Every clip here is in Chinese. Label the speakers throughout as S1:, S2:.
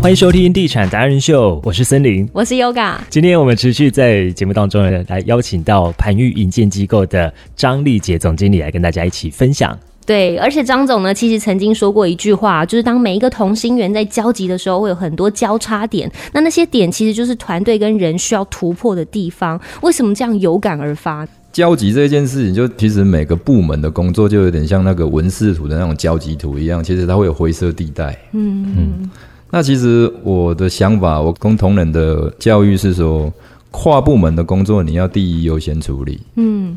S1: 欢迎收听《地产达人秀》，我是森林。
S2: 我是 Yoga。
S1: 今天我们持续在节目当中呢，来邀请到盘玉营建机构的张丽杰总经理来跟大家一起分享。
S2: 对，而且张总呢，其实曾经说过一句话，就是当每一个同心圆在交集的时候，会有很多交叉点。那那些点其实就是团队跟人需要突破的地方。为什么这样有感而发？
S3: 交集这件事情，就其实每个部门的工作就有点像那个文视图的那种交集图一样，其实它会有灰色地带。嗯那其实我的想法，我跟同仁的教育是说，跨部门的工作你要第一优先处理。嗯，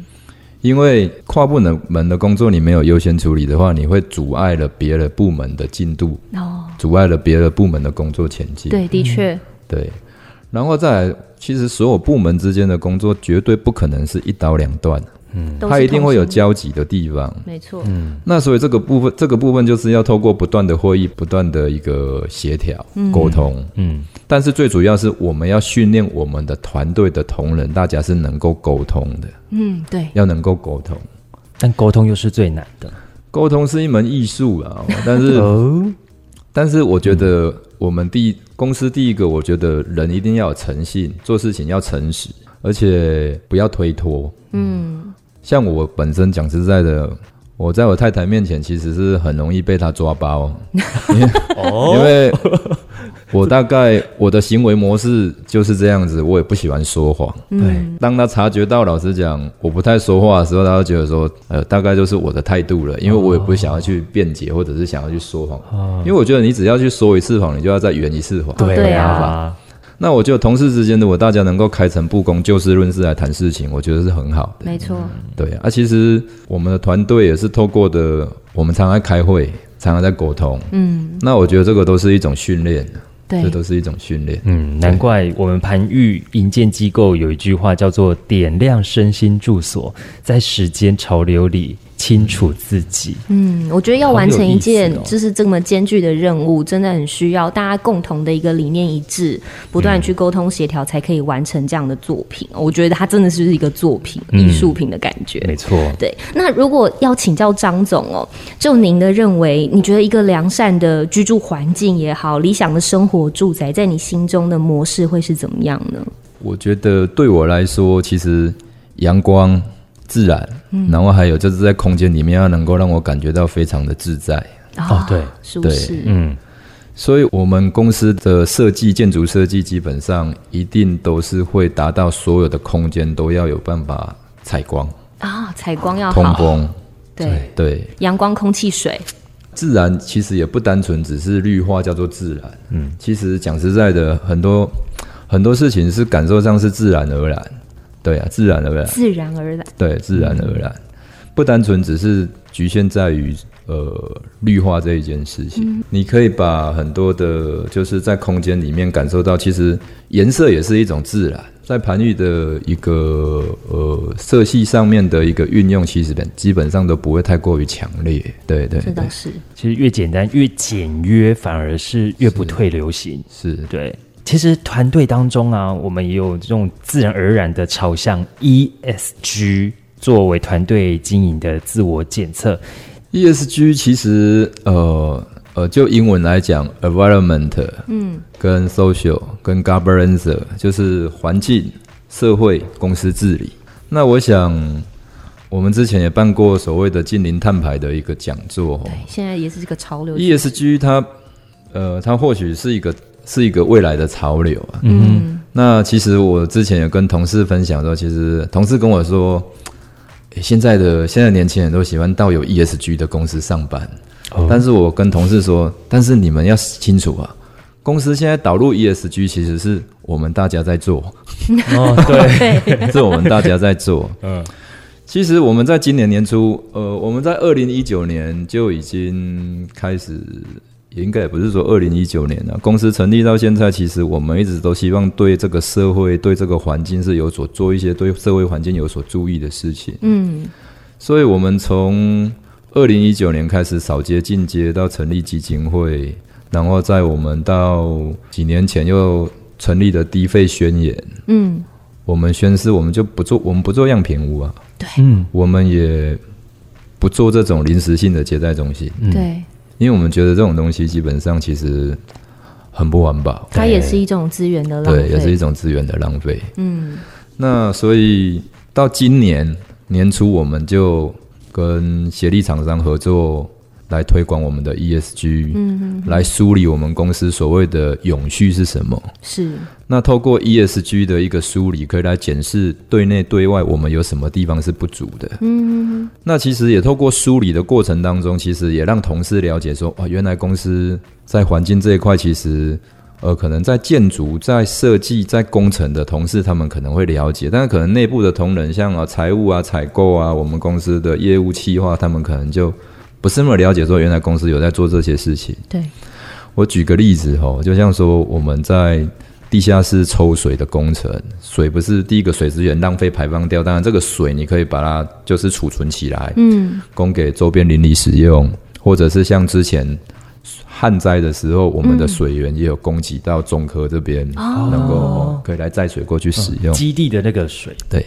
S3: 因为跨部门的工作你没有优先处理的话，你会阻碍了别的部门的进度，
S2: 哦，
S3: 阻碍了别的部门的工作前进。
S2: 对，的确，
S3: 对，然后再来，其实所有部门之间的工作绝对不可能是一刀两断。
S2: 都是
S3: 它一定会有
S2: 同心
S3: 交集的地方。
S2: 圆，没错，
S3: 那所以这个部分，这个部分就是要透过不断的会议、不断的一个协调、沟通。
S1: 嗯，
S3: 但是最主要是我们要训练我们的团队的同仁，大家是能够沟通的，
S2: 嗯，对，
S3: 要能够沟通。
S1: 但沟通又是最难的
S3: 沟通是一门艺术啊，但是
S1: 哦。嗯
S3: 但是我觉得我们第一公司第一个，我觉得人一定要有诚信，做事情要诚实，而且不要推脱。
S2: 嗯，
S3: 像我本身讲实在的，我在我太太面前其实是很容易被她抓 包，因为我大概我的行为模式就是这样子，我也不喜欢说谎。
S1: 对，
S3: 当他察觉到，老实讲，我不太说话的时候，他就觉得说，呃，大概就是我的态度了，因为我也不想要去辩解，或者是想要去说谎，因为我觉得你只要去说一次谎，你就要再圆一次谎。
S2: 对
S1: 啊
S2: 啊，
S3: 那我觉得同事之间，如果大家能够开诚布公、就事论事来谈事情，我觉得是很好的。
S2: 没错，
S3: 对啊，其实我们的团队也是透过的，我们常常开会，常常在沟通。
S2: 嗯，
S3: 那我觉得这个都是一种训练，啊
S2: 对
S3: 这，都是一种训练。
S1: 嗯，难怪我们盘玉营建机构有一句话叫做“点亮身心住所，在时间潮流里清楚自己
S2: 嗯，我觉得要完成一
S1: 好
S2: 件
S1: 有意思哦
S2: 就是这么艰巨的任务，真的很需要大家共同的一个理念一致，不断地去沟通协调，才可以完成这样的作品。我觉得它真的是一个作品、艺术品的感”。觉。
S1: 没错，
S2: 对，那如果要请教张总哦，就您的认为，你觉得一个良善的居住环境也好，理想的生活住宅，在你心中的模式会是怎么样呢？
S3: 我觉得对我来说，其实阳光、自然，
S2: 嗯
S3: 然后还有就是在空间里面要能够让我感觉到非常的自在。
S2: 啊
S1: 哦，对，
S2: 舒
S3: 啊对
S2: 适，
S1: 嗯，
S3: 所以，我们公司的设计、建筑设计基本上一定都是会达到所有的空间都要有办法采光、
S2: 啊，采光要
S3: 通
S2: 好，
S3: 风。
S2: 对，
S3: 对，
S2: 阳光、空气、水，
S3: 自然其实也不单纯只是绿化叫做自然。嗯，其实讲实在的，很多很多事情是感受上是自然而然。对啊，自然而然。
S2: 自然而然，
S3: 对，自然而然，不单纯只是局限在于呃绿化这一件事情。你可以把很多的，就是在空间里面感受到，其实颜色也是一种自然。在盘玉的一个呃色系上面的一个运用，其实本基本上都不会太过于强烈。对对
S2: 这
S3: 对
S2: 倒，是。
S1: 其实越简单越简约，反而是越不退流行。
S3: 是
S1: 对，其实团队当中啊，我们也有这种自然而然的朝向 ESG 作为团队经营的自我检测。
S3: ESG E 其实呃呃，就英文来讲，environment，嗯，跟 social，跟 governance，就是环境、社会、公司治理。那我想，我们之前也办过所谓的近零碳排的一个讲座哦
S2: 对，现在也是这个潮流。
S3: ESG 它呃，它或许是一个是一个未来的潮流啊。
S2: 嗯，
S3: 那其实我之前有跟同事分享说，其实同事跟我说，诶现在的现在年轻人都喜欢到有 ESG 的公司上班，
S1: 哦
S3: 但是我跟同事说，但是你们要清楚啊，公司现在导入 ESG 其实是我们大家在做，
S1: 哦，对，
S3: 是我们大家在做。嗯，其实我们在今年年初，呃，我们在二零一九年就已经开始，也应该也不是说二零一九年了、公司成立到现在，其实我们一直都希望对这个社会、对这个环境是有所做一些对社会环境有所注意的事情。
S2: 嗯，
S3: 所以我们从二零一九年开始扫街进阶，到成立基金会，然后在我们到几年前又成立的低费宣言，
S2: 嗯，
S3: 我们宣誓我们就不做，我们不做样品屋啊，
S1: 嗯，
S3: 我们也不做这种临时性的接待中心，
S2: 对，
S3: 因为我们觉得这种东西基本上其实很不环保，
S2: 它也是一种资源的浪费，
S3: 对，也是一种资源的浪费。嗯，那所以到今年年初，我们就跟协力厂商合作。来推广我们的 ESG，嗯来梳理我们公司所谓的永续是什么。
S2: 是
S3: 那透过 ESG 的一个梳理，可以来检视对内对外我们有什么地方是不足的。嗯，那其实也透过梳理的过程当中，其实也让同事了解说，哇，哦原来公司在环境这一块，其实呃，可能在建筑、在设计、在工程的同事，他们可能会了解，但是可能内部的同仁，像啊财务啊、采购啊，我们公司的业务企划，他们可能就不是那么了解说，原来公司有在做这些事情。
S2: 对，
S3: 我举个例子哦，就像说我们在地下室抽水的工程，水不是第一个水资源浪费排放掉，当然这个水你可以把它就是储存起来，
S2: 嗯，
S3: 供给周边邻里使用，或者是像之前旱灾的时候，我
S2: 嗯
S3: 们的水源也有供给到中科这边，能够、哦可以来载水过去使用。
S1: 基地的那个水，
S3: 对，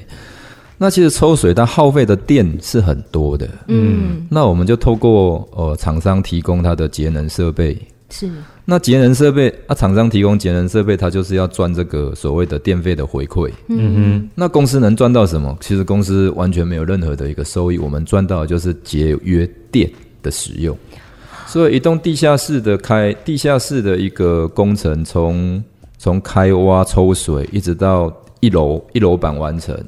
S3: 那其实抽水它耗费的电是很多的，
S2: 嗯，
S3: 那我们就透过呃厂商提供它的节能设备，
S2: 是
S3: 那节能设备啊，厂商提供节能设备，它就是要赚这个所谓的电费的回馈。
S1: 嗯
S3: 那公司能赚到什么？其实公司完全没有任何的一个收益，我们赚到的就是节约电的使用。所以一栋地下室的开地下室的一个工程从，从开挖抽水一直到一楼一楼板完成，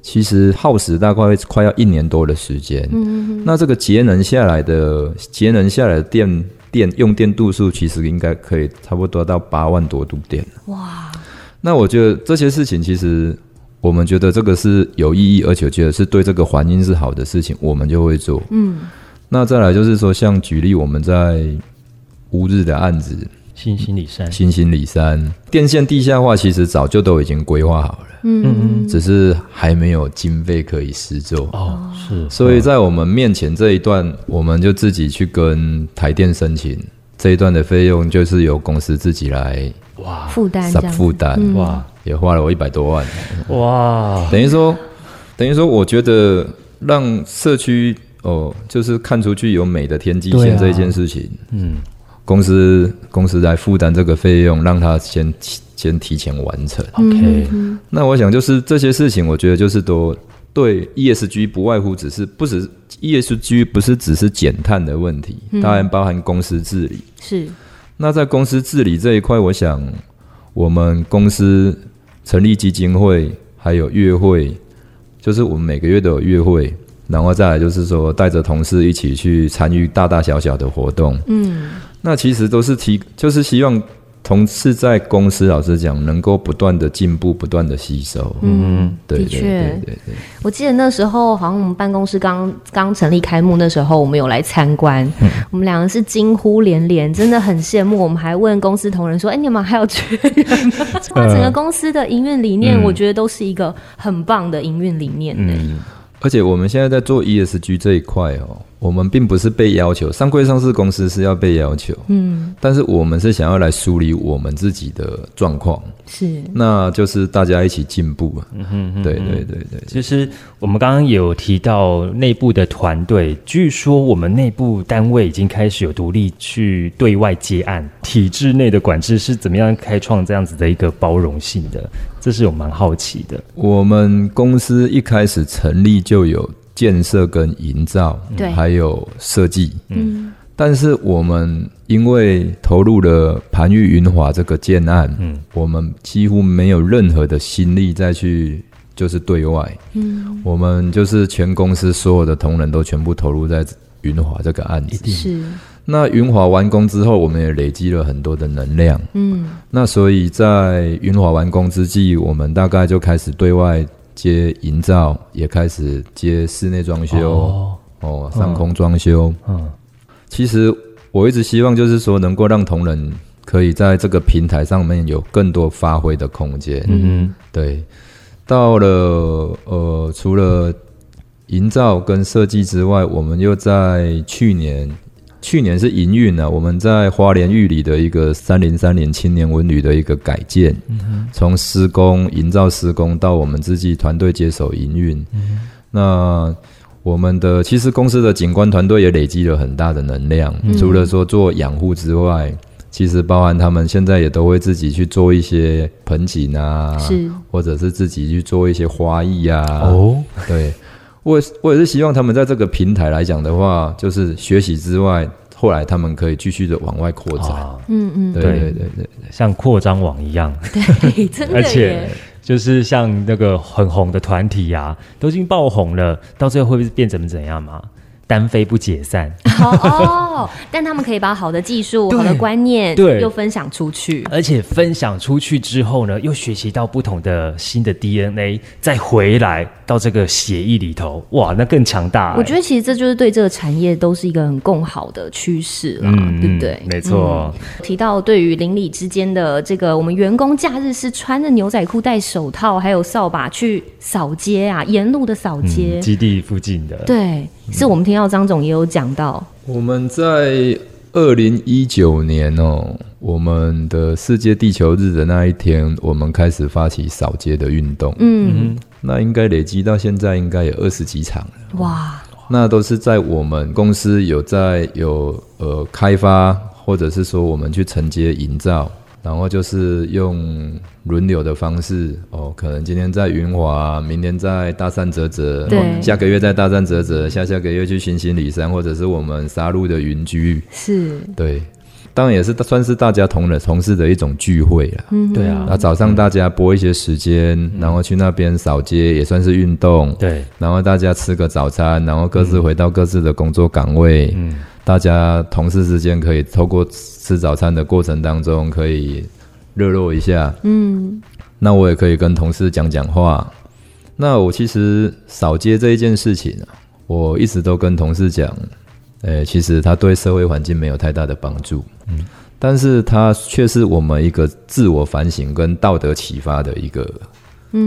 S3: 其实耗时大概快要一年多的时间。嗯那这个节能下来的节能下来的电电用电度数，其实应该可以差不多到八万多度电。
S2: 哇，
S3: 那我觉得这些事情，其实我们觉得这个是有意义，而且觉得是对这个环境是好的事情，我们就会做。
S2: 嗯，
S3: 那再来就是说，像举例我们在乌日的案子，
S1: 哼，新兴里山，
S3: 新兴里山电线地下化，其实早就都已经规划好了，
S1: 嗯嗯，
S3: 只是还没有经费可以施作。
S1: 哦，是，
S3: 所以在我们面前这一段，我们就自己去跟台电申请，这一段的费用就是由公司自己来
S1: 哇
S2: 负担这
S3: sub
S2: 样
S3: 啊负担，
S1: 哇
S3: 也花了我一百多万。
S1: 哇，
S3: 等于说，等于说，我觉得让社区哦，就是看出去有美的天际
S1: 对
S3: 线
S1: 啊
S3: 这件事情，
S1: 嗯，
S3: 公司公司来负担这个费用，让他先提先提前完成。
S1: 嗯 OK，
S3: 那我想就是这些事情，我觉得就是都对 ESG 不外乎只是不只是 ESG 不是只是减碳的问题，当然包含公司治理。
S2: 是
S3: 那在公司治理这一块，我想我们公司成立基金会，还有月会，就是我们每个月都有月会，然后再来就是说带着同事一起去参与大大小小的活动。
S2: 嗯
S3: 那其实都是提，就是希望同事在公司，老实讲，能够不断的进步，不断的吸收。
S2: 嗯，
S3: 对
S2: 的
S3: 对
S2: 确
S3: 对对对，
S2: 我记得那时候好像我们办公室刚刚成立开幕那时候，我们有来参观，
S1: 嗯
S2: 我们两个是惊呼连连，真的很羡慕。我们还问公司同仁说：“哎、你们还有缺人吗？”哇，整个公司的营运理
S1: 嗯
S2: 念，我觉得都是一个很棒的营运理念、嗯，
S3: 而且我们现在在做 ESG 这一块哦，我们并不是被要求，上柜上市公司是要被要求，嗯，但是我们是想要来梳理我们自己的状况，
S2: 是
S3: 那就是大家一起进步啊，嗯哼对对对对，
S1: 其实我们刚刚也有提到内部的团队，据说我们内部单位已经开始有独立去对外接案，体制内的管制是怎么样开创这样子的一个包容性的，这是我蛮好奇的。
S3: 我们公司一开始成立就有建设跟营造，
S2: 对
S3: 还有设计，嗯，但是我们因为投入了盘玉云华这个建案，嗯，我们几乎没有任何的心力再去就是对外，嗯，我们就是全公司所有的同仁都全部投入在云华这个案
S1: 嗯
S3: 子。
S2: 是，
S3: 那云华完工之后，我们也累积了很多的能量，
S2: 嗯
S3: 那所以在云华完工之际，我们大概就开始对外接营造，也开始接室内装修，哦
S1: 哦，
S3: 上空装修。
S1: 嗯，
S3: 其实我一直希望就是说，能够让同仁可以在这个平台上面有更多发挥的空间。
S1: 嗯
S3: 对，到了呃，除了营造跟设计之外，我们又在去年，去年是营运啊，我们在花莲玉里的一个三零三零青年文旅的一个改建，从施工、营造施工到我们自己团队接手营运，那。我们的其实公司的景观团队也累积了很大的能量，除了说做养护之外，其实包含他们现在也都会自己去做一些盆景啊，
S2: 是
S3: 或者是自己去做一些花艺啊。
S1: 哦，
S3: 对，我也是我也是希望他们在这个平台来讲的话，就是学习之外，后来他们可以继续的往外扩展。
S1: 啊，
S2: 嗯嗯，
S3: 对
S1: 对
S3: 对对对，
S1: 像扩张网一样，
S2: 对，真 的
S1: 而且
S2: 耶，
S1: 就是像那个很红的团体啊，都已经爆红了，到最后会变成怎样嘛？单飞不解散，
S2: 好哦，但他们可以把好的技术、
S1: 对
S2: 好的观念，
S1: 对
S2: 又分享出去，
S1: 而且分享出去之后呢，又学习到不同的新的 DNA，再回来到这个协议里头，哇，那更强大、欸。
S2: 我觉得其实这就是对这个产业都是一个很共好的趋势啦，对不对？
S1: 嗯
S2: 嗯
S1: 没错，
S2: 提到对于邻里之间的这个，我们员工假日是穿着牛仔裤、戴手套，还有扫把去扫街啊，沿路的扫街。
S1: 嗯基地附近的，
S2: 对，是我们听到张总也有讲到，
S3: 我们在二零一九年哦，我们的世界地球日的那一天，我们开始发起扫街的运动。
S2: 嗯，
S3: 那应该累积到现在应该有二十几场了。
S1: 嗯
S2: 哇，
S3: 那都是在我们公司有在有呃开发，或者是说我们去承接营造，然后就是用轮流的方式哦，可能今天在云华，明天在大山泽泽，
S2: 对
S3: 哦下个月在大山泽泽，下下个月去新兴里山，或者是我们沙鹿的云居，
S2: 是，
S1: 嗯
S3: 对。当然也是算是大家同仁同事的一种聚会啦。
S2: 嗯，
S1: 对啊
S3: 那早上大家拨一些时间，然后去那边扫街，也算是运动。
S1: 对，
S3: 然后大家吃个早餐，然后各自回到各自的工作岗位。
S1: 嗯
S3: 大家同事之间可以透过吃早餐的过程当中，可以热络一下。
S2: 嗯，
S3: 那我也可以跟同事讲讲话。那我其实扫街这一件事情啊，我一直都跟同事讲，呃、其实它对社会环境没有太大的帮助，嗯，但是它却是我们一个自我反省跟道德启发的一个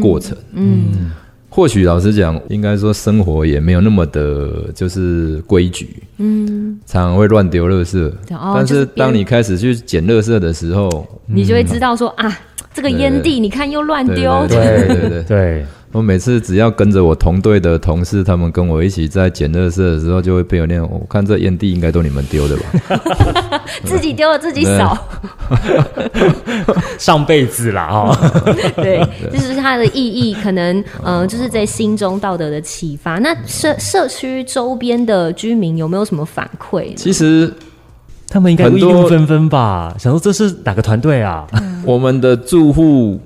S3: 过程，嗯。或许老实讲，应该说生活也没有那么的，就是规矩，嗯，常常会乱丢垃圾。
S2: 哦
S3: 但
S2: 就是别
S3: 是
S2: 人
S3: 当你开始去捡垃圾的时候，
S2: 你就会知道说啊，这个烟蒂你看又乱丢，
S3: 对对对 对
S1: 对，
S3: 我每次只要跟着我同队的同事，他们跟我一起在捡垃圾的时候，就会被我念：哦我看这烟蒂应该都你们丢的吧？
S2: 自己丢了自己 扫，
S1: 上辈子啦 哈，
S2: 对，这就是它的意义，可能呃，就是在心中道德的启发。那社社区周边的居民有没有什么反馈呢？
S3: 其实
S1: 他们应该
S3: 很
S1: 议
S3: 多
S1: 论纷纷吧？想说这是哪个团队啊？
S3: 我们的住户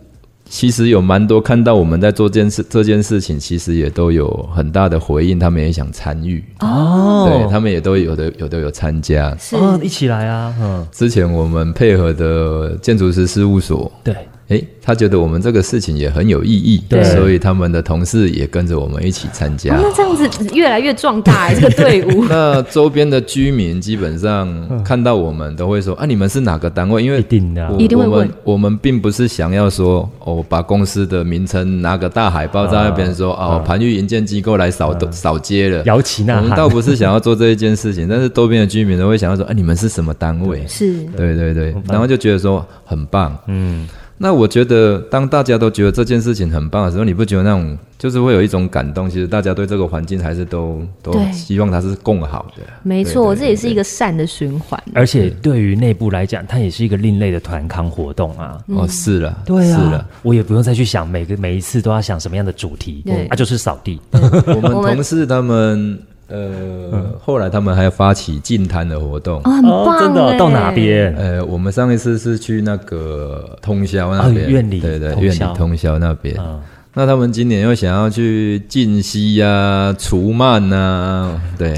S3: 其实有蛮多看到我们在做件事这件事情，其实也都有很大的回应，他们也想参与，对
S1: 哦，
S3: 他们也都有的有的有参加。
S2: 是，
S1: 哦，一起来啊，嗯，
S3: 之前我们配合的建筑师事务所，
S1: 对，
S3: 诶，他觉得我们这个事情也很有意义，
S1: 对
S3: 所以他们的同事也跟着我们一起参加。。
S2: 哦那这样子越来越壮大、欸、这个队伍
S3: 那周边的居民基本上看到我们都会说：“啊，你们是哪个单位？”因为
S1: 嗯一定的啊
S3: 我
S2: 一定会
S3: 我
S2: 问
S3: 们我们并不是想要说哦，把公司的名称拿个大海报在那边
S1: 嗯
S3: 说哦，盘玉营建机构来扫扫街了。
S1: 摇旗
S3: 我
S1: 嗯呐
S3: 们
S1: 喊
S3: 倒，不是想要做这一件事情，但是周边的居民都会想要说：“啊，你们是什么单位？”
S2: 是，
S3: 对对对，然后就觉得说很棒。
S1: 嗯，
S3: 那我觉得，当大家都觉得这件事情很棒的时候，你不觉得那种就是会有一种感动？其实大家对这个环境还是都都
S2: 对
S3: 希望它是共好的。
S2: 没错，
S3: 对对
S2: 这也是一个善的循环。啊
S1: 而且对于内部来讲，它也是一个另类的团康活动啊。
S2: 嗯
S3: 哦，是了，
S1: 对啊，
S3: 是了。
S1: 我也不用再去想每个每一次都要想什么样的主题，
S2: 对
S1: 啊，就是扫地，
S3: 我们
S2: 我们
S3: 同事他们，呃，后来他们还发起净滩的活动。
S2: 哦，很棒、欸
S1: 真的到哪？边？
S3: 呃，我们上一次是去那个通宵
S1: 啊
S3: 那边，
S1: 院里
S3: 对对，
S1: 通
S3: 院
S1: 宵
S3: 里通宵那边。
S1: 嗯，
S3: 那他们今年又想要去静息呀、除螨啊，对，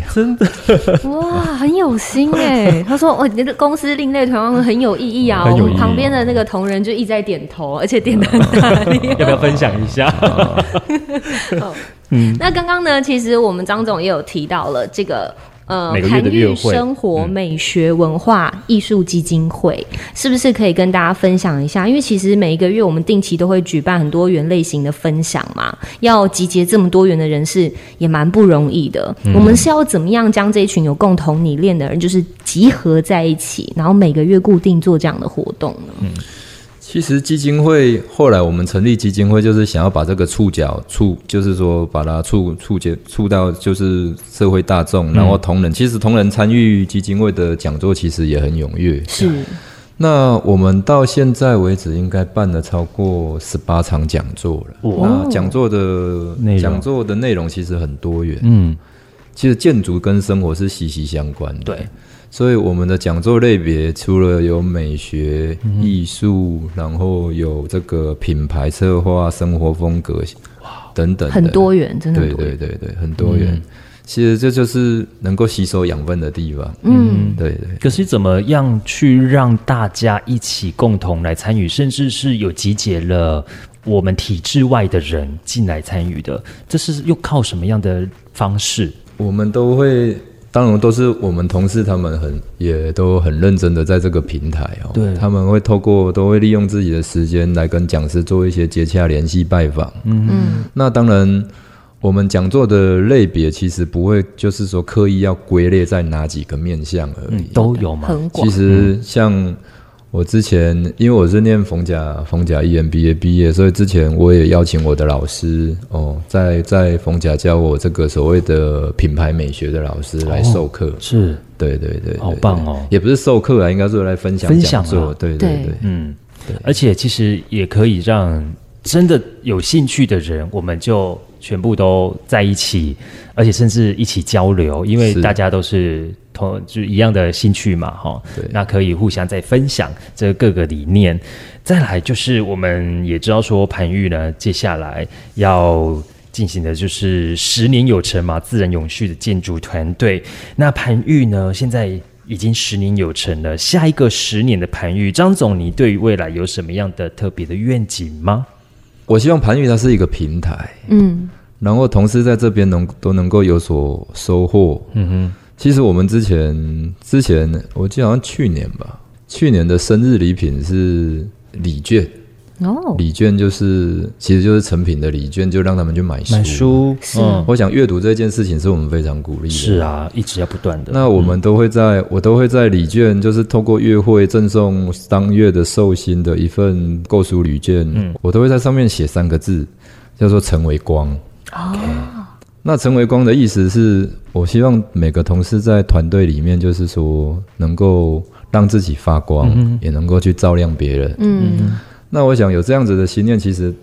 S2: 哇，很有心哎、 他说：“哦，你的公司另类团康很有意义啊。”
S1: 很有
S2: 我
S1: 意义
S2: 们旁边的那个同仁就一直在点头，而且点的很大力。
S1: 要不要分享一下？
S2: 那刚刚呢，其实我们张总也有提到了这个。呃
S1: 每，个月
S2: 韩
S1: 的月
S2: 愈
S1: 会
S2: 生活美学文化艺术基金会、是不是可以跟大家分享一下？因为其实每一个月我们定期都会举办很多元类型的分享嘛，要集结这么多元的人士也蛮不容易的。我们是要怎么样将这一群有共同理念的人，就是集合在一起，然后每个月固定做这样的活动呢？
S3: 其实基金会后来我们成立基金会，就是想要把这个触角触，就是说把它触触接触到就是社会
S1: 嗯
S3: 大众，然后同仁，其实同仁参与基金会的讲座其实也很踊跃。
S2: 是，
S3: 那我们到现在为止，应该办了超过十八场讲座了。那讲座的
S1: 内容
S3: 讲座的内容其实很多元，
S1: 嗯，
S3: 其实建筑跟生活是息息相关的。
S1: 对，
S3: 所以我们的讲座类别除了有美学、艺术，
S2: 嗯
S3: 然后有这个品牌策划、生活风格等等的
S2: 很多元，真的很
S3: 对
S2: 多元嗯
S3: 对对对，很多元。其实这就是能够吸收养分的地方。嗯，对对。
S1: 可是怎么样去让大家一起共同来参与，甚至是有集结了我们体制外的人进来参与的，这是又靠什么样的方式？
S3: 我们都会，当然都是我们同事，他们很也都很认真的在这个平台哦。
S1: 对
S3: 他们会透过都会利用自己的时间来跟讲师做一些接洽、联系、拜访。嗯嗯。那当然，我们讲座的类别其实不会就是说刻意要归类在哪几个面向而已。
S1: 嗯，都有吗？
S2: 很广
S3: 其。实像我之前，因为我是念逢甲逢甲 EMBA 毕业，所以之前我也邀请我的老师哦，在在逢甲教我这个所谓的品牌美学的老师来授课。
S1: 是，
S3: 对对对对
S1: 好棒哦
S3: 也不是授课啊，应该是来分享
S1: 分享啊
S3: 讲座。对对
S2: 对
S3: 对，
S1: 嗯，而且其实也可以让真的有兴趣的人，我们就全部都在一起，而且甚至一起交流，因为
S3: 是
S1: 大家都是同就一样的兴趣嘛，哈
S3: 对，
S1: 那可以互相再分享这各个理念。再来就是我们也知道说盘玉呢，接下来要。进行的就是十年有成嘛，自然永续的建筑团队。那盘玉呢，现在已经十年有成了。下一个十年的盘玉，张总，你对于未来有什么样的特别的愿景吗？
S3: 我希望盘玉它是一个平台，
S2: 嗯，
S3: 然后同事在这边能都能够有所收获。嗯哼，其实我们之前之前，我记得好像去年吧，去年的生日礼品是礼券，
S2: 哦，
S3: 礼券就是其实就是成品的礼券，就让他们去买书。嗯
S1: 买书
S2: 是
S3: 我想阅读这件事情是我们非常鼓励的。
S1: 是啊，一直要不断的。
S3: 那我们都会在，我都会在礼券，就是透过月会赠送当月的寿星的一份购书礼券，我都会在上面写三个字，叫做“成为光”。那成为光的意思是我希望每个同事在团队里面，就是说能够让自己发光，也能够去照亮别人。
S2: 嗯，
S3: 那我想有这样子的心念，其实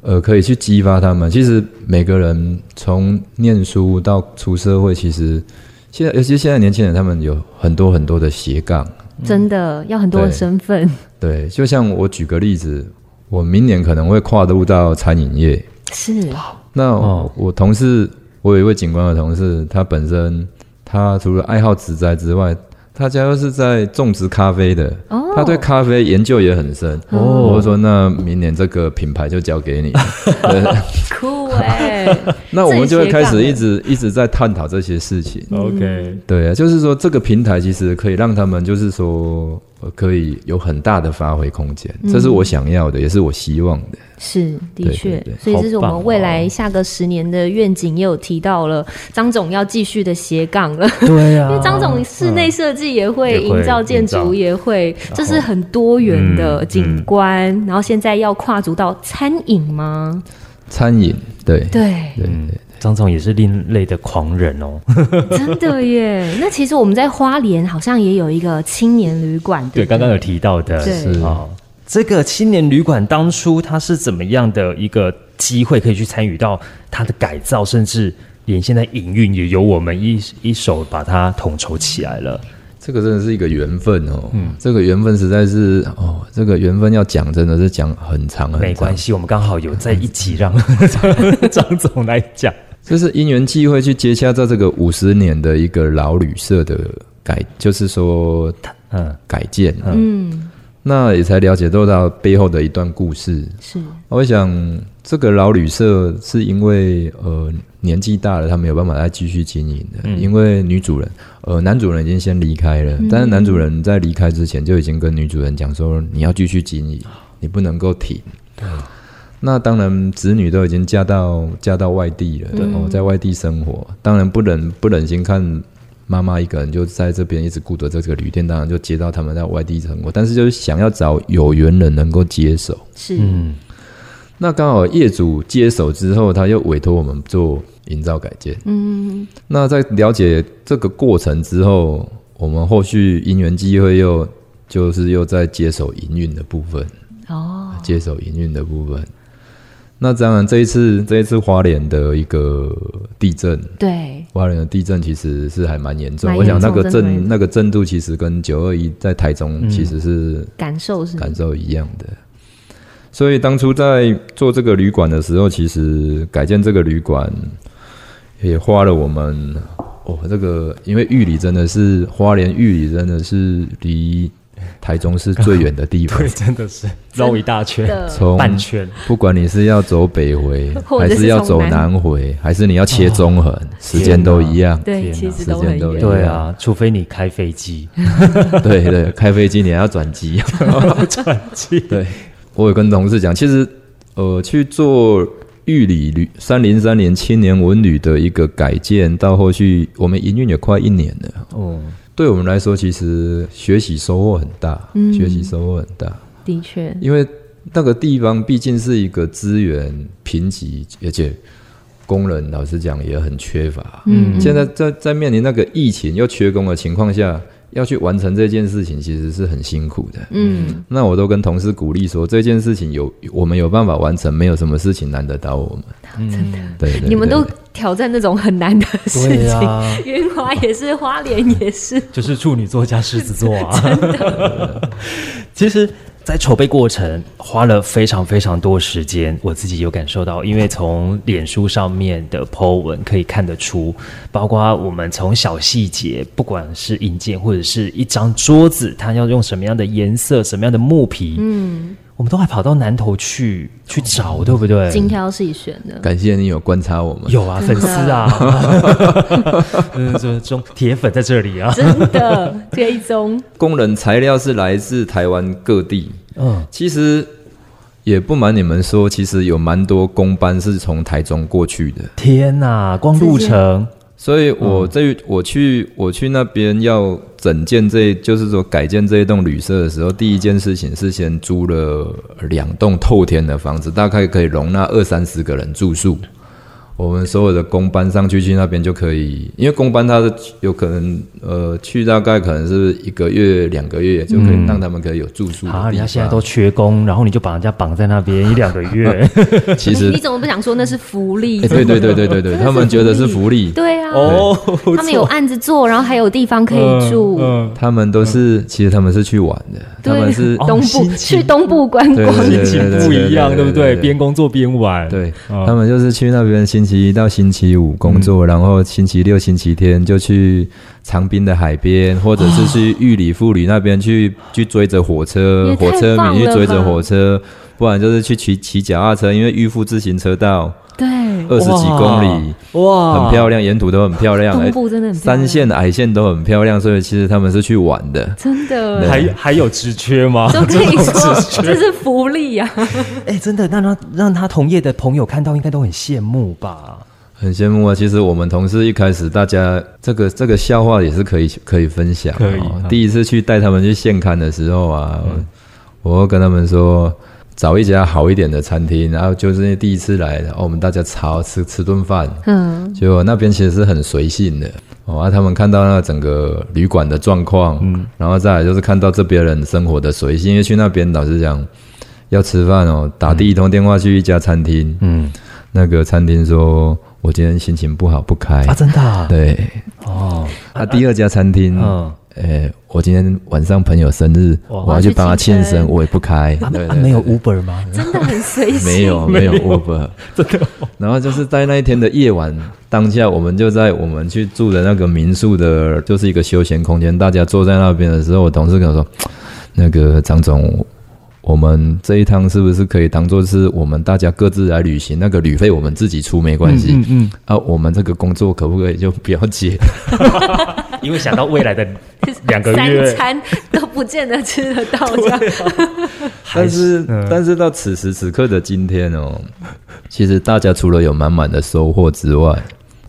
S3: 呃可以去激发他们。其实每个人从念书到出社会，其实现在尤其现在年轻人，他们有很多很多的斜杠。
S2: 真的要很多的
S3: 对
S2: 身份，
S3: 对，就像我举个例子，我明年可能会跨入到餐饮业。
S2: 是
S3: 那
S1: 哦
S3: 我同事，我有一位警官的同事，他本身他除了爱好植栽之外，他家又是在种植咖啡的，
S2: 哦
S3: 他对咖啡研究也很深。
S1: 哦
S3: 我就说那明年这个品牌就交给你。
S2: 酷哎，
S3: 那我们就会开
S2: 这
S3: 始
S2: 也
S3: 一直一直在探讨这些事情。
S1: OK，
S3: 对啊，就是说这个平台其实可以让他们，就是说呃可以有很大的发挥空间，这是我想要的，也是我希望的。
S2: 是，的
S3: 对
S2: 确
S3: 对对，
S2: 所以这是我
S1: 好棒
S2: 们
S1: 哦
S2: 未来下个十年的愿景，也有提到了。张总要继续的斜杠了，
S1: 对啊，
S2: 因为 张总室内设计也会，
S1: 也会
S2: 营造建
S1: 营
S2: 筑
S1: 造
S2: 也会，这是很多元的
S1: 嗯
S2: 景观。然后现在要跨足到餐饮吗？
S3: 餐饮，对
S2: 对，
S3: 对
S1: 嗯，张总也是另类的狂人哦。
S2: 真的耶。那其实我们在花莲好像也有一个青年旅馆，
S1: 对，刚刚有提到的，
S2: 对
S3: 是
S1: 哦，这个青年旅馆当初它是怎么样的一个机会可以去参与到它的改造，甚至连现在营运也由我们一一手把它统筹起来了。
S3: 这个真的是一个缘分哦。
S1: 嗯
S3: 这个缘分实在是哦，这个缘分要讲真的是讲很长很长，
S1: 没嗯关
S3: 系，
S1: 系，我们刚好有在一起让 张总来讲。
S3: 就是因缘际会去接洽到这个五十年的一个老旅社的改，就是说
S1: 嗯，
S3: 改建，
S2: 嗯，
S3: 那也才了解到到背后的一段故事。
S2: 是
S3: 我想，这个老旅社是因为呃年纪大了，他没有办法再继续经营的，因为女主人呃男主人已经先离开了，但是男主人在离开之前就已经跟女主人讲说，你要继续经营，你不能够停。那当然，子女都已经嫁到嫁到外地了，哦，在外地生活，当然不忍不忍心看妈妈一个人就在这边一直顾着这个旅店，当然就接到他们在外地生活，但是就是想要找有缘人能够接手。
S2: 是，
S1: 嗯，
S3: 那刚好业主接手之后，他又委托我们做营造改建。
S2: 嗯，
S3: 那在了解这个过程之后，我们后续因缘机会又就是又在接手营运的部分，
S2: 哦，
S3: 接手营运的部分。那当然，这一次这一次花莲的一个地震，
S2: 对，
S3: 花莲的地震其实是还蛮严重。
S2: 蛮
S3: 我想
S2: 严
S3: 那
S2: 重
S3: 个
S2: 真的蛮严
S3: 震那个震度其实跟九二一在台中其实是
S2: 感受是
S3: 感受一样的。所以当初在做这个旅馆的时候，其实改建这个旅馆也花了我们哦，这个因为玉里真的是花莲玉里真的是离台中是最远的地 方
S1: 对，，真的 是绕一大圈，
S2: 的
S3: 从
S1: 半圈，
S3: 不管你是要走北回，
S2: 或
S3: 还
S2: 者是
S3: 是要
S2: 从
S3: 走
S2: 南哦
S3: 南回，还是你要切中横，时间都一样。
S1: 天
S2: 对，
S1: 哪
S2: 其实
S3: 时
S2: 都
S3: 间
S2: 很
S3: 都
S2: 远。
S3: 一样
S1: 对啊，除非你开飞 机，
S3: 对对，开飞机你还要转机。
S1: 转机，
S3: 对，我有跟同事讲，其实呃去做玉里旅三零三年青年文旅的一个改建，到后续我们营运也快一年了。
S1: 哦，
S3: 对我们来说，其实学习收获很大，
S2: 嗯
S3: 学习收获很大，
S2: 的确，
S3: 因为那个地方毕竟是一个资源贫瘠，而且工人老实讲也很缺乏。
S2: 嗯，
S3: 现在在在面临那个疫情又缺工的情况下，要去完成这件事情，其实是很辛苦的。
S2: 嗯，
S3: 那我都跟同事鼓励说，这件事情有我们有办法完成，没有什么事情难得到我们。
S2: 嗯真的，
S3: 对对对
S2: 你们都挑战那种很难的事
S1: 对
S2: 情。
S1: 啊，
S2: 圆滑也是，花莲也是，
S1: 就是处女座加狮子座 啊。 其实，在筹备过程花了非常非常多时间，我自己有感受到，因为从脸书上面的 po 文可以看得出，包括我们从小细节，不管是硬件或者是一张桌子，它要用什么样的颜色、什么样的木皮，嗯，我们都还跑到南头去去找，对不对？
S2: 精挑细选的。
S3: 感谢你有观察我们。
S1: 有啊，粉丝啊，嗯，这种铁粉在这里啊，
S2: 真的追踪，
S3: 工人材料是来自台湾各地，
S1: 嗯，
S3: 其实也不瞒你们说，其实有蛮多工班是从台中过去的。
S1: 天呐，光路程，
S3: 所以
S1: 嗯
S3: 我这、我去我去那边要整建这，就是说改建这一栋旅社的时候，第一件事情是先租了两栋透天的房子，大概可以容纳二三十个人住宿。我们所有的工班上去去那边就可以，因为工班他是有可能呃去大概可能是一个月两个月就可以让他们可以有住宿的地
S1: 嗯啊，
S3: 方。
S1: 人家现在都缺工，然后你就把人家绑在那边一两个 月，
S3: 其实
S2: 你怎么不想说那是福利？
S3: 哎、对对对对对对，他们觉得是福利，
S2: 对啊，
S1: 哦，
S2: 他们有案子做，然后还有地方可以住，
S1: 嗯，
S3: 他们都是其实他们是去玩的，他们是
S2: 对，东
S1: 心
S2: 部
S1: 情
S2: 去东部观
S3: 对
S2: 光，
S1: 心情不一样，对不对？
S3: 对对对对对
S1: 边工作边玩，
S3: 对、
S1: 嗯
S3: 他们就是去那边星期一到星期五工作，然后星期六、星期天就去长滨的海边，或者是去玉里妇女那边去去追着火
S2: 也太
S3: 车，火车
S2: 棒
S3: 迷去
S2: 了
S3: 追
S2: 吧
S3: 着火车，不然就是去骑骑脚踏车，因为玉富自行车道
S2: 对，
S3: 二十几公里，
S1: 哇，
S3: 很漂亮，沿途都很漂亮，
S2: 东
S3: 哎
S2: 部真的很漂亮
S3: 山线、海线都很漂亮，所以其实他们是去玩的。
S2: 真的
S3: 对
S1: 还还有职缺 吗？
S2: 都可以说
S1: 缺
S2: 这是福利啊，
S1: 哎，真的，那让让他同业的朋友看到，应该都很羡慕吧？
S3: 很羡慕啊！其实我们同事一开始，大家这个这个笑话也是可以可以分享、哦。
S1: 可以嗯
S3: 第一次去带他们去现刊的时候啊，我会跟他们说找一家好一点的餐厅，然后就是因为第一次来，哦然后我们大家炒吃吃顿饭，
S2: 嗯，
S3: 结果那边其实是很随性的。哦，啊，他们看到那整个旅馆的状况，
S1: 嗯
S3: 然后再来就是看到这边人生活的随性，因为去那边老实讲，要吃饭哦，打第一通电话去一家餐厅，
S1: 嗯，
S3: 那个餐厅说，我今天心情不好，不开。
S1: 啊，真的啊，
S3: 对，
S1: 哦，
S3: 啊，第二家餐厅，
S1: 嗯，
S3: 呃，我今天晚上朋友生日，
S1: 哇
S3: 我要去帮他庆
S2: 我要去庆
S3: 生，我也不 开。
S1: 啊
S3: 对
S1: 啊
S3: 对
S1: 没有 Uber 吗？
S2: 真的很随性，
S3: 没 有没有 Uber，真的。哦然后就是在那一天的夜晚当下，我们就在我们去住的那个民宿的，就是一个休闲空间，大家坐在那边的时候，我同事跟我说：“那个张总，我们这一趟是不是可以当做是我们大家各自来旅行？那个旅费我们自己出没关系，
S1: 嗯嗯
S3: 啊，我们这个工作可不可以就不要接？
S1: 嗯，因为想到未来的两个
S2: 三
S1: 月，
S2: 餐都不见得吃得到这样，
S3: 但是，
S1: 嗯
S3: 但是到此时此刻的今天哦，其实大家除了有满满的收获之外，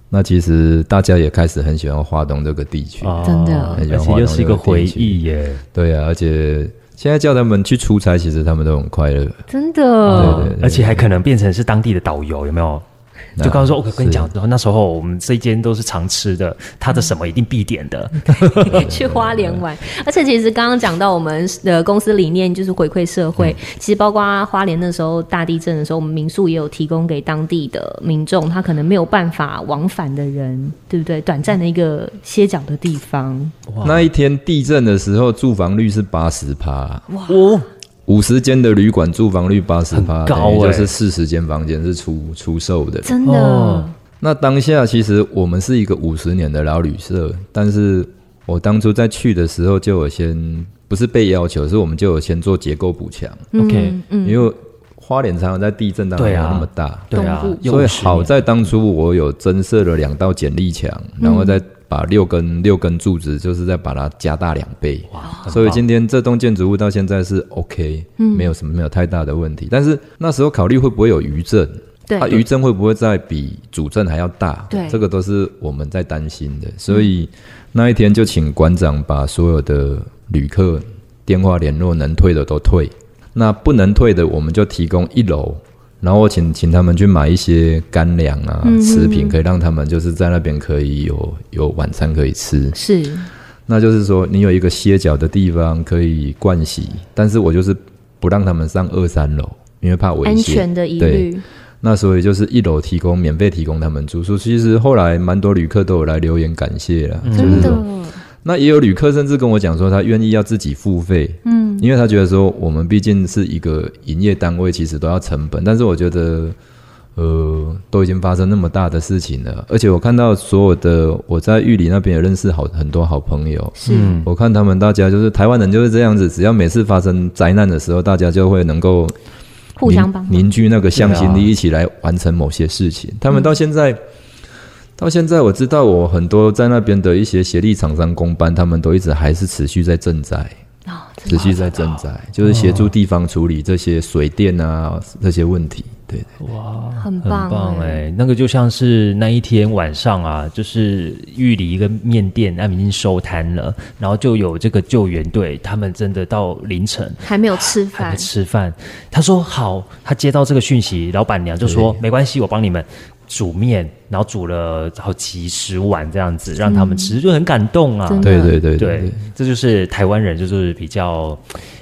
S3: 那其实大家也开始很喜欢花东这个地区。
S1: 啊
S2: 真的
S3: 哎
S1: 而且又是一个回忆耶，
S3: 对啊，而且现在叫他们去出差，其实他们都很快乐。
S2: 真
S3: 对
S2: 的
S3: 对对
S1: 啊而且还可能变成是当地的导游，有没有？就刚刚说，我跟你讲，然后那时候我们这一间都是常吃的，他的什么一定必点的，
S2: 嗯 去花莲玩。而且其实刚刚讲到我们的公司理念就是回馈社会，其实包括花莲那时候大地震的时候，我们民宿也有提供给当地的民众，他可能没有办法往返的人，对不对？短暂的一个歇脚的地方。
S3: 那一天地震的时候，住房率是八十趴，
S1: 哦，
S3: 五十间的旅馆住房率八十
S1: 很
S3: 趴，
S1: 高
S3: 等于
S1: 欸
S3: 就是四十间房间是出出售的。
S2: 真的，
S1: 哦
S3: 那当下其实我们是一个五十年的老旅社，但是我当初在去的时候就有先不是被要求，是我们就有先做结构补强，
S2: 嗯
S1: OK
S3: 因为花莲常常在地震当中没
S1: 对
S3: 有
S1: 啊
S3: 那么大，
S1: 对啊
S2: 东，部
S1: 又
S3: 所以
S1: 50
S3: 好
S1: 年
S3: 在当初我有增设了两道剪力墙，
S1: 嗯
S3: 然后再把六根六根柱子，就是再把它加大两倍。所以今天这栋建筑物到现在是 OK，、没
S1: 嗯
S3: 有什么没有太大的问题。但是那时候考虑会不会有余震，
S2: 对
S1: 啊
S3: 它余震啊会不会再比主震还要大？
S2: 对
S3: 这个都是我们在担心的。所以那一天就请馆长把所有的旅客电话联络能退的都退，那不能退的我们就提供一楼。然后我请请他们去买一些干粮啊、
S2: 嗯
S3: 食品，可以让他们就是在那边可以有有晚餐可以吃。
S2: 是
S3: 那就是说，你有一个歇脚的地方可以盥洗，但是我就是不让他们上二三楼，因为怕危
S2: 安
S3: 险。
S2: 全的疑
S3: 对，
S2: 虑。
S3: 那所以就是一楼提供免费提供他们住宿。其实后来蛮多旅客都有来留言感谢啦，就
S2: 真
S3: 是说
S2: 的，
S3: 那也有旅客甚至跟我讲说，他愿意要自己付费，嗯，因为他觉得说我们毕竟是一个营业单位，其实都要成本。但是我觉得，呃，都已经发生那么大的事情了，而且我看到所有的我在玉里那边也认识好很多好朋友，
S2: 是
S3: 我看他们大家就是台湾人就是这样子，只要每次发生灾难的时候，大家就会能够
S2: 互相帮忙。啊
S3: 凝凝聚那个向心
S1: 对
S3: 力，
S1: 啊
S3: 一起来完成某些事情。他们到现在，到现在我知道，我很多在那边的一些协力厂商公班，他们都一直还是持续在赈灾，
S2: 哦真哦
S3: 持续在赈灾，就是协助地方处理这些水电啊这些问题。对，
S2: 的很
S1: 很
S2: 棒，欸
S1: 棒哎、那个就像是那一天晚上啊，就是玉里一个面店，他们已经收摊了，然后就有这个救援队，他们真的到凌晨
S2: 还没有吃
S1: 还
S2: 饭
S1: 没，吃饭。他说好，他接到这个讯息，老板娘就说没关系，我帮你们煮面，然后煮了好几十碗这样子，让他
S2: 嗯
S1: 们吃，就很感动啊。
S2: 真的
S3: 对对对
S1: 对，这就是台湾人，就是比较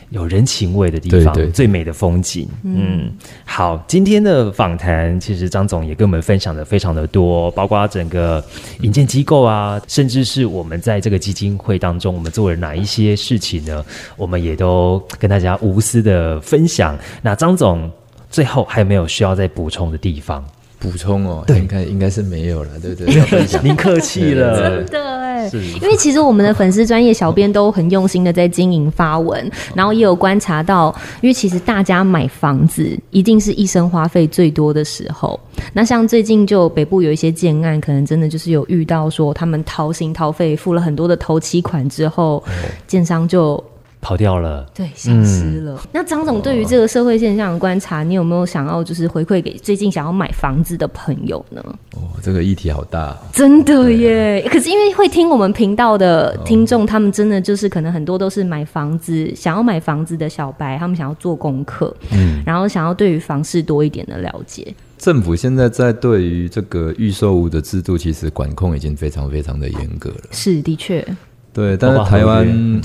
S1: 有人情味的地方，
S3: 对对
S1: 最美的风景。嗯好，今天的访谈其实张总也跟我们分享的非常的多，包括整个引荐机构啊，甚至是我们在这个基金会当中，我们做了哪一些事情呢？我们也都跟大家无私的分享。那张总最后还有没有需要再补充的地方？
S3: 补充哦，
S1: 对
S3: 应该应该是没有了，对对对，要 分享
S1: 您客气了
S2: 真，的哎、
S1: 是
S2: 因为其实我们的粉丝专业小编都很用心的在经营发文，然后也有观察到，因为其实大家买房子一定是一生花费最多的时候。那像最近就北部有一些建案，可能真的就是有遇到说他们掏心掏肺付了很多的头期款之后，建商就
S1: 跑掉了。
S2: 对，消失了。那张总对于这个社会现象的观察，你有没有想要就是回馈给最近想要买房子的朋友呢？
S3: 哦，这个议题好大哦。
S2: 真的耶！可是因为会听我们频道的
S3: 哦
S2: 听众，他们真的就是可能很多都是买房子，想要买房子的小白，他们想要做功课，嗯，然后想要对于房市多一点的了解，
S3: 政府现在在对于这个预售屋的制度，其实管控已经非常非常的严格了。
S2: 是的确，
S3: 对，但是
S1: 包括
S3: 台
S1: 合约
S3: 湾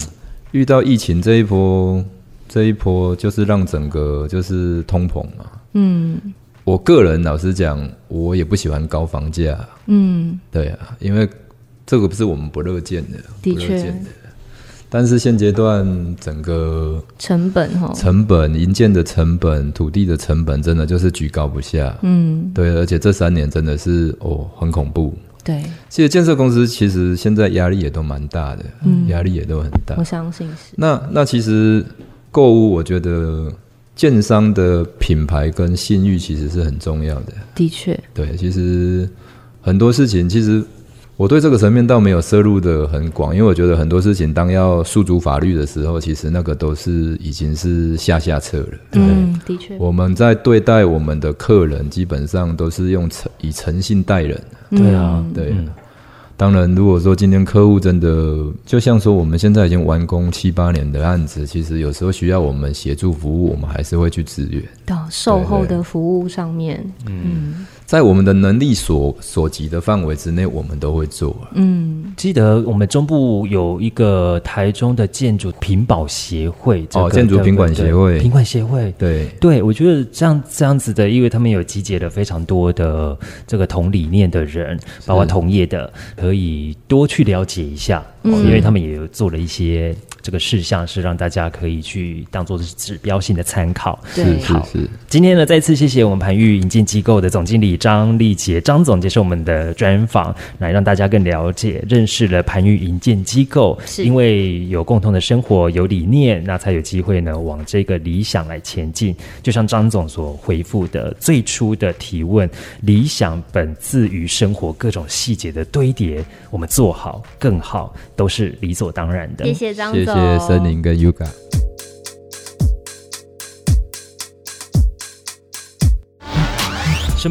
S3: 遇到疫情这一波，这一波就是让整个就是通膨嘛。嗯，我个人老实讲，我也不喜欢高房价。嗯，对啊，因为这个不是我们不乐见的，
S2: 的
S3: 不乐
S2: 确
S3: 见的。但是现阶段整个
S2: 成本哦哈，
S3: 成本、营建的成本、土地的成本，真的就是居高不下。嗯，对，而且这三年真的是哦，很恐怖。
S2: 对
S3: 其实建设公司其实现在压力也都蛮大的，压力也都很大
S2: 我。相信是
S3: 那那其实购物，我觉得建商的品牌跟信誉其实是很重要的。
S2: 的确，
S3: 对，其实很多事情，其实我对这个层面倒没有涉入的很广，因为我觉得很多事情当要诉诸法律的时候，其实那个都是已经是下下策了。
S2: 嗯，的确，
S3: 我们在对待我们的客人，基本上都是用诚以诚信待人。
S1: 对啊，
S3: 对，当然，如果说今天客户真的，就像说我们现在已经完工七八年的案子，其实有时候需要我们协助服务，我们还是会去支援。
S2: 到售后
S3: 对
S2: 的服务上面，
S3: 在我们的能力所所及的范围之内，我们都会做啊。
S2: 嗯
S1: 记得我们中部有一个台中的建筑品保协会，这个
S3: 哦建筑品管协会
S1: 对品管协会。
S3: 对，
S1: 对，我觉得这样这样子的，因为他们有集结了非常多的这个同理念的人，包括同业的，可以多去了解一下，哦因为他们也有做了一些这个事项，是让大家可以去当做是指标性的参考。
S2: 对
S3: 是是是。
S1: 今天呢，再次谢谢我们盘玉引进机构的总经理张丽杰张总接受我们的专访，来让大家更了解、认识了盘玉引进机构。
S2: 是
S1: 因为有共同的生活、有理念，那才有机会呢往这个理想来前进。就像张总所回复的最初的提问，理想本自于生活各种细节的堆叠，我们做好、更好都是理所当然的。
S2: 谢谢张
S3: 谢
S2: 总，
S3: 谢森林跟 Yuga。
S1: 什